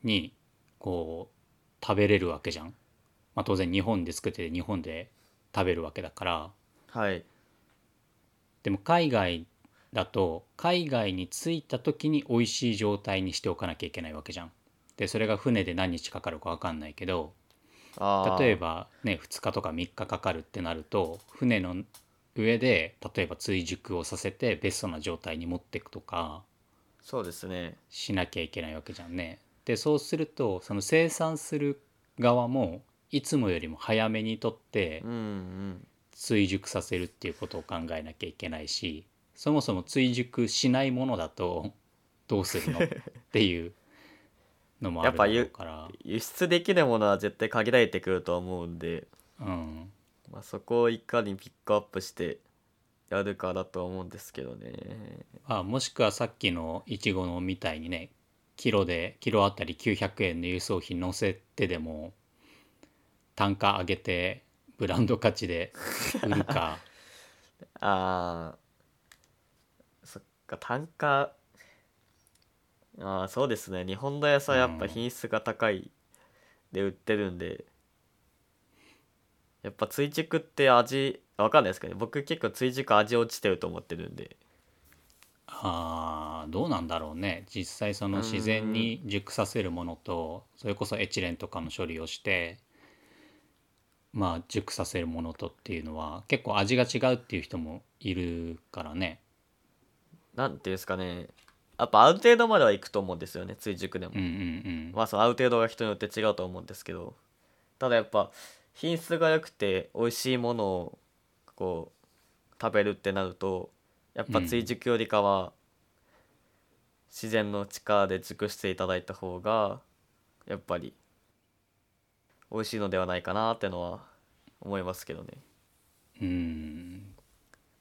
にこう食べれるわけじゃん、まあ、当然日本で作って日本で食べるわけだからはいでも海外だと海外に着いた時に美味しい状態にしておかなきゃいけないわけじゃんでそれが船で何日かかるか分かんないけどあー例えばね2日とか3日かかるってなると船の上で例えば追熟をさせてベストな状態に持っていくとかそうですねしなきゃいけないわけじゃんね。でそうするとその生産する側もいつもよりも早めにとってうんうん追熟させるっていうことを考えなきゃいけないしそもそも追熟しないものだとどうするのっていうのもあるだろうから。輸出できるものは絶対限られてくるとは思うんで、うんまあ、そこをいかにピックアップしてやるかだとは思うんですけどねあもしくはさっきのいちごのみたいにねキロでキロあたり900円の輸送費乗せてでも単価上げてブランド価値で売るかあーそっか単価あーそうですね日本の野菜やっぱうん品質が高いで売ってるんで、やっぱ追熟って味わかんないですけど、ね、僕結構追熟味落ちてると思ってるんであーどうなんだろうね実際その自然に熟させるものとそれこそエチレンとかの処理をしてまあ熟させるものとっていうのは結構味が違うっていう人もいるからねなんていうんですかねやっぱある程度まではいくと思うんですよね追熟でもうんうんうんまあそのある程度が人によって違うと思うんですけどただやっぱ品質が良くて美味しいものをこう食べるってなるとやっぱ追熟よりかは自然の力で熟していただいた方がやっぱり美味しいのではないかなってのは思いますけどねうん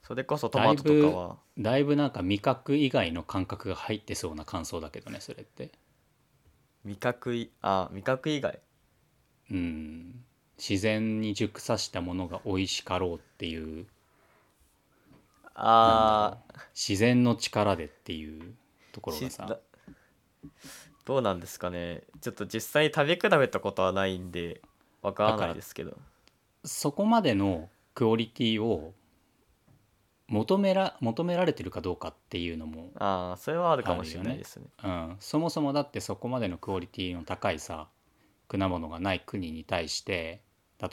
それこそトマトとだいかぶはだいぶなんか味覚以外の感覚が入ってそうな感想だけどねそれって味覚いあ味覚以外うん自然に熟さしたものが美味しかろうっていうあー自然の力でっていうところがしなさどうなんですかねちょっと実際に食べ比べたことはないんでわからないですけどそこまでのクオリティを求めら求められてるかどうかっていうのも、ああそれはあるかもしれないですねうん、そもそもだってそこまでのクオリティの高いさ果物がない国に対して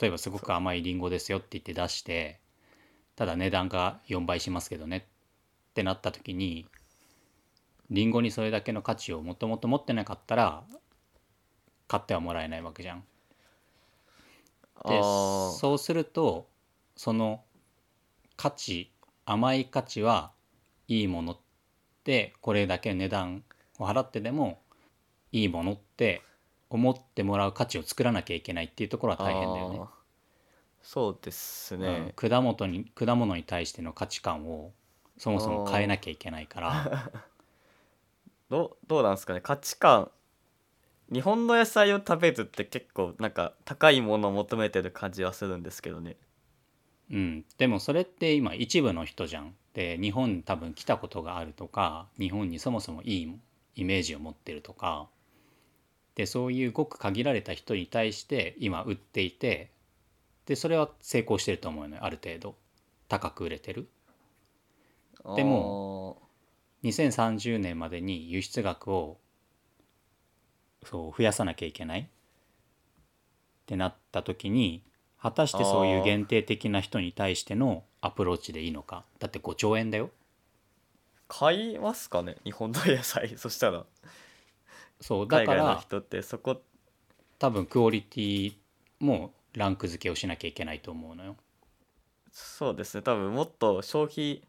例えばすごく甘いリンゴですよって言って出してただ値段が4倍しますけどねってなった時にリンゴにそれだけの価値をもともと持ってなかったら買ってはもらえないわけじゃん。あでーそうするとその価値甘い価値はいいものってこれだけ値段を払ってでもいいものって思ってもらう価値を作らなきゃいけないっていうところは大変だよねあー。そうですね、うん、果物に果物に対しての価値観をそもそも変えなきゃいけないからどうどうなんですかね価値観日本の野菜を食べるって結構なんか高いものを求めてる感じはするんですけどねうんでもそれって今一部の人じゃんで日本に多分来たことがあるとか日本にそもそもいいイメージを持ってるとかでそういうごく限られた人に対して今売っていてでそれは成功してると思うのよある程度高く売れてるでも2030年までに輸出額をそう増やさなきゃいけないってなった時に果たしてそういう限定的な人に対してのアプローチでいいのかだって5兆円だよあー買いますかね日本の野菜そしたらそうだ海か外のら人ってそこ多分クオリティもランク付けをしなきゃいけないと思うのよそうですね多分もっと消費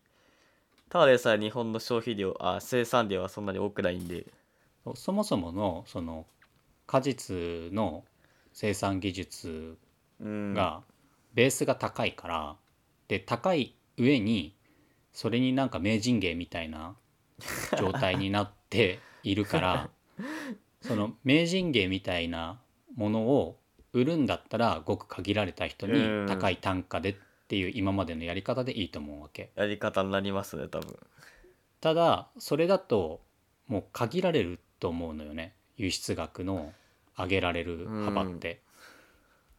ただでさえ日本の消費量あ生産量はそんなに多くないんでそうそもそものその果実の生産技術うんがベースが高いから、で高い上にそれになんか名人芸みたいな状態になっているから その名人芸みたいなものを売るんだったらごく限られた人うんに高い単価でっていう今までのやり方でいいと思うわけ。やり方になりますね多分ただそれだともう限られると思うのよね輸出額の上げられる幅って。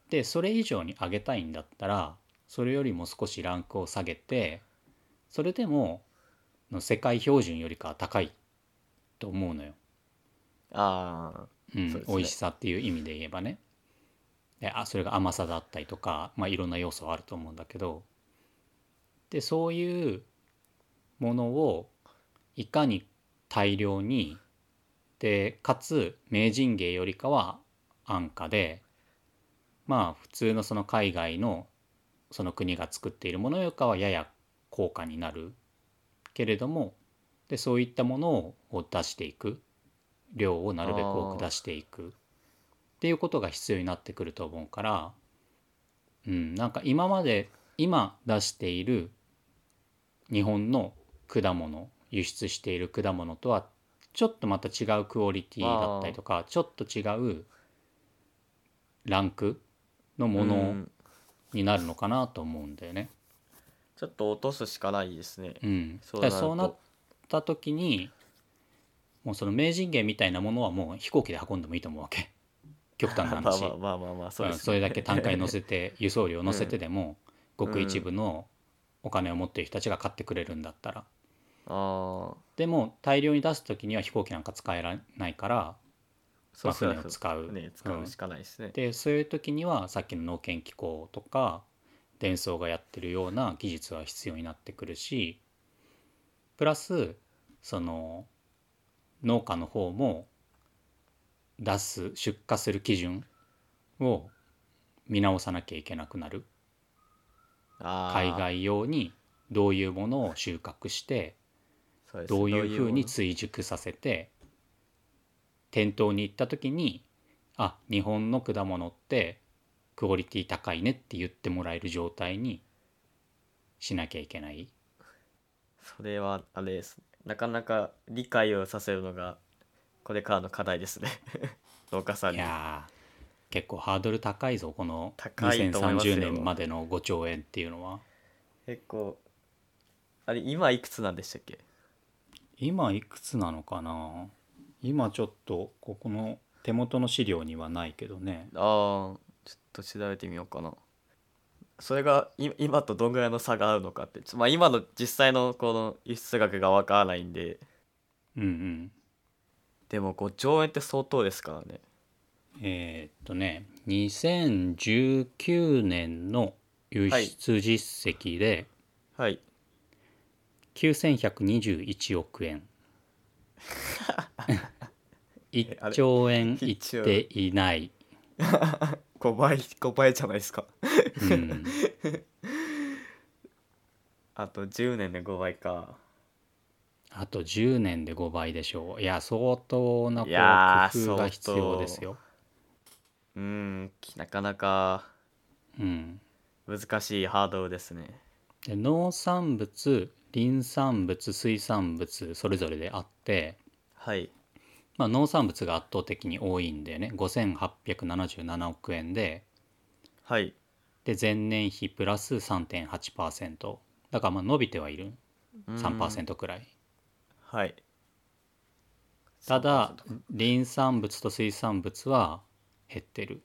でそれ以上に上げたいんだったらそれよりも少しランクを下げてそれでもの世界標準よりかは高いと思うのよ、あうんそうです美ね味しさっていう意味で言えばね。であそれが甘さだったりとか、まあ、いろんな要素はあると思うんだけどでそういうものをいかに大量にでかつ名人芸よりかは安価でまあ普通のその海外のその国が作っているものよりかはやや高価になるけれどもでそういったものを出していく量をなるべく多く出していくっていうことが必要になってくると思うから、うん、なんか今まで今出している日本の果物輸出している果物とはちょっとまた違うクオリティだったりとかちょっと違うランクのあもうのんになるのかなと思うんだよね。ちょっと落とすしかないですねうん、そだうかならるとそうなった時にもうその名人芸みたいなものはもう飛行機で運んでもいいと思うわ け極端なまあ話 まあまあまあまあそううでんすねそれだけ単価に乗せて輸送料を乗せてでもごく一部のお金を持ってる人たちが買ってくれるんだったらああでも大量に出す時には飛行機なんか使えらないからそうまあそう船を使うね使うんうしかないですね、でそういう時にはさっきの農研機構とか伝送がやってるような技術は必要になってくるしプラスその農家の方も出す出荷する基準を見直さなきゃいけなくなるあー海外用にどういうものを収穫してそですどういうふうにど追熟させて店頭に行った時にあ日本の果物ってクオリティ高いねって言ってもらえる状態にしなきゃいけないそれはあれですなかなか理解をさせるのがこれからの課題ですね 農家さいんにやー結構ハードル高いぞこの高いと思いますよ2030年までの5兆円っていうのは結構あれ今いくつなんでしたっけ今いくつなのかな今ちょっとここの手元の資料にはないけどねああちょっと調べてみようかなそれがい今とどんぐらいの差があるのかってちょまあ今の実際のこの輸出額がわからないんでうんうんでも5兆円って相当ですからねえーっとね2019年の輸出実績ではい9121億 円、あ1れ兆円いっ一応ていない、 5倍5倍 じゃないですかうん、あと10年で5倍かあと10年で5倍でしょういや相当なこういやー工夫が相当必要ですよ、うーんなかなかうん、難しいハードルですねで農産物林産物水産物それぞれであって、はいまあ、農産物が圧倒的に多いんでね5877億円ではいで前年比プラス3.8%だからまあ伸びてはいるうーん3%くらいはいただ3%か林産物と水産物は減ってる、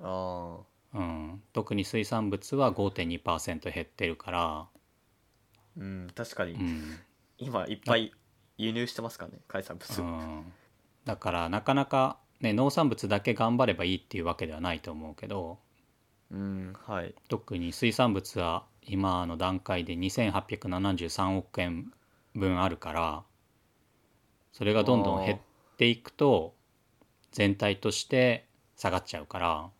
ああうん、特に水産物は5.2%減ってるから、うん確かに、うん今いっぱい輸入してますからね海産う物、ん、だからなかなか、ね、農産物だけ頑張ればいいっていうわけではないと思うけどうんはい特に水産物は今の段階で2873億円分あるからそれがどんどん減っていくと全体として下がっちゃうから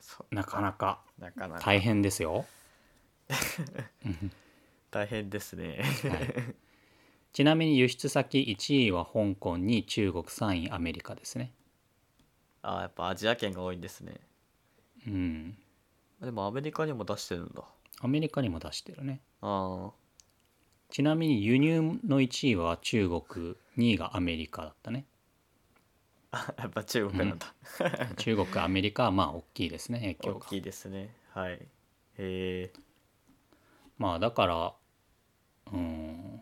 そなかなかなかなか大変ですよ。大変ですね ちなみに輸出先1位は香港に中国3位アメリカですね。ああやっぱアジア圏が多いんですねうん。でもアメリカにも出してるんだアメリカにも出してるね。ああちなみに輸入の1位は中国、2位がアメリカだったね。あ やっぱ中国なんだ、中国、アメリカはまあ大きいですね、影響大が。きいですねはいへえまあだから、うん、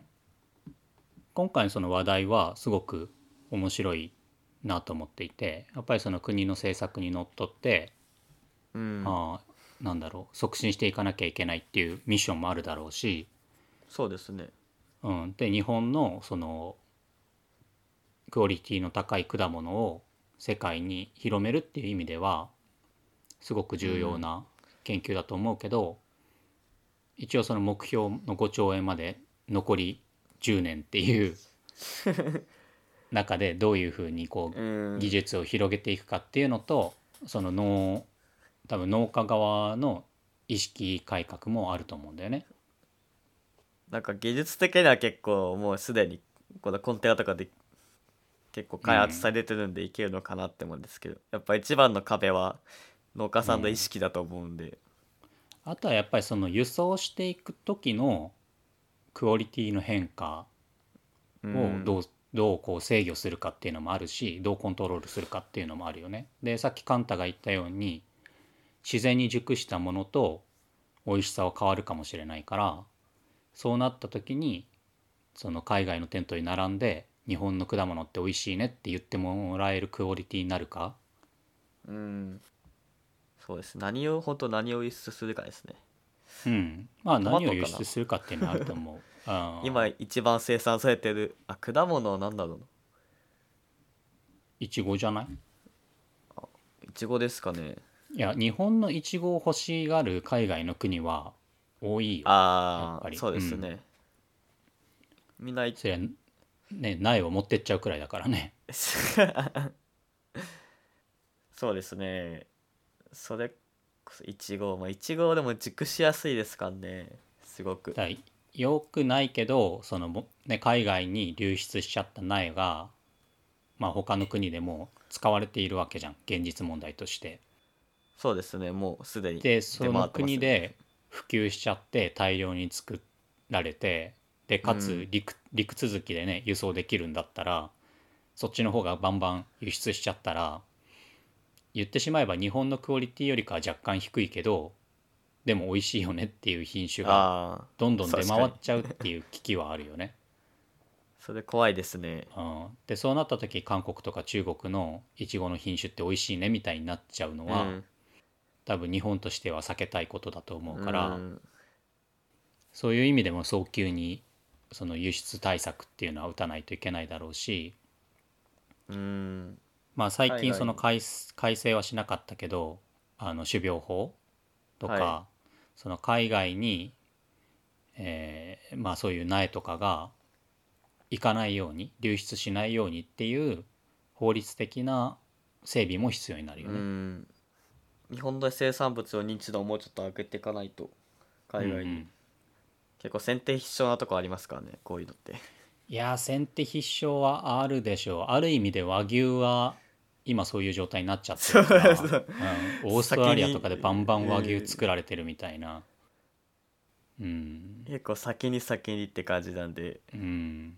今回のその話題はすごく面白いなと思っていて、やっぱりその国の政策にのっとって、うんああなんだろう、促進していかなきゃいけないっていうミッションもあるだろうし、そうですねうん、で日本のそのクオリティの高い果物を世界に広めるっていう意味ではすごく重要な研究だと思うけど、一応その目標の5兆円まで残り10年っていう中でどういうふうにこううん技術を広げていくかっていうのとその農多分農家側の意識改革もあると思うんだよね。なんか技術的には結構もうすでにこのコンテナとかで結構開発されてるんでいけるのかなって思うんですけど、やっぱ一番の壁は農家さんの意識だと思うんで、あとはやっぱりその輸送していく時のクオリティの変化うをんどう,、どうこう制御するかっていうのもあるしどうコントロールするかっていうのもあるよね。でさっきカンタが言ったように自然に熟したものと美味しさは変わるかもしれないからそうなった時にその海外の店頭に並んで日本の果物って美味しいねって言ってもらえるクオリティになるかうんそうです何を本当何を輸出するかですねうんまあトマト何を輸かな出するかっていうのはあると思 う。あー今一番生産されてるあ果物は何だろうないちごじゃないいちごですかねいや日本のイチゴを欲しがる海外の国は多いよ。やっあぱありそうですね、みんないそりゃね苗を持ってっちゃうくらいだからね。 そうですねそれこそいちごまあいちごでも熟しやすいですからねすごくだからよくないけどそのも、ね、海外に流出しちゃった苗が、まあ、他の国でも使われているわけじゃん現実問題として。そうですねもうすでにでそ出回のってます国で普及しちゃって大量に作られてでかうつん陸,、陸続きでね輸送できるんだったらそっちの方がバンバン輸出しちゃったら言ってしまえば日本のクオリティよりかは若干低いけどでも美味しいよねっていう品種がああどんどん出確回かっにちゃうっていう危機はあるよね。それ怖いですねうん、でそうなった時韓国とか中国のいちごの品種って美味しいねみたいになっちゃうのは、うん多分日本としては避けたいことだと思うから。うんそういう意味でも早急にその輸出対策っていうのは打たないといけないだろうし、うんまあ、最はい近はいその改,、改正はしなかったけどあの種苗法とか、はその海外に、えーまあ、そういう苗とかが行かないように流出しないようにっていう法律的な整備も必要になるようね。ん日本の生産物の認知度をもうちょっと上げていかないと海外に、うんうん結構先手必勝なとこありますからねこういう のっていやー先手必勝はあるでしょうある意味で和牛は今そういう状態になっちゃってるからそうそううん、オーストラリアとかでバンバン和牛作られてるみたいなうん結構先に先にって感じなんでうん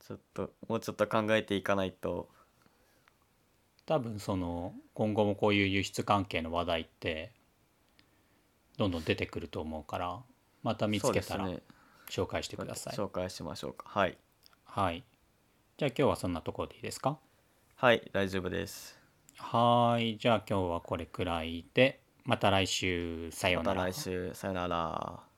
ちょっともうちょっと考えていかないと多分その今後もこういう輸出関係の話題ってどんどん出てくると思うからまた見つけたらそうですね紹介してください、紹介しましょうかはいはいじゃあ今日はそんなところでいいですかはい大丈夫ですはーいじゃあ今日はこれくらいでまた来週さようまなたら来週さよなら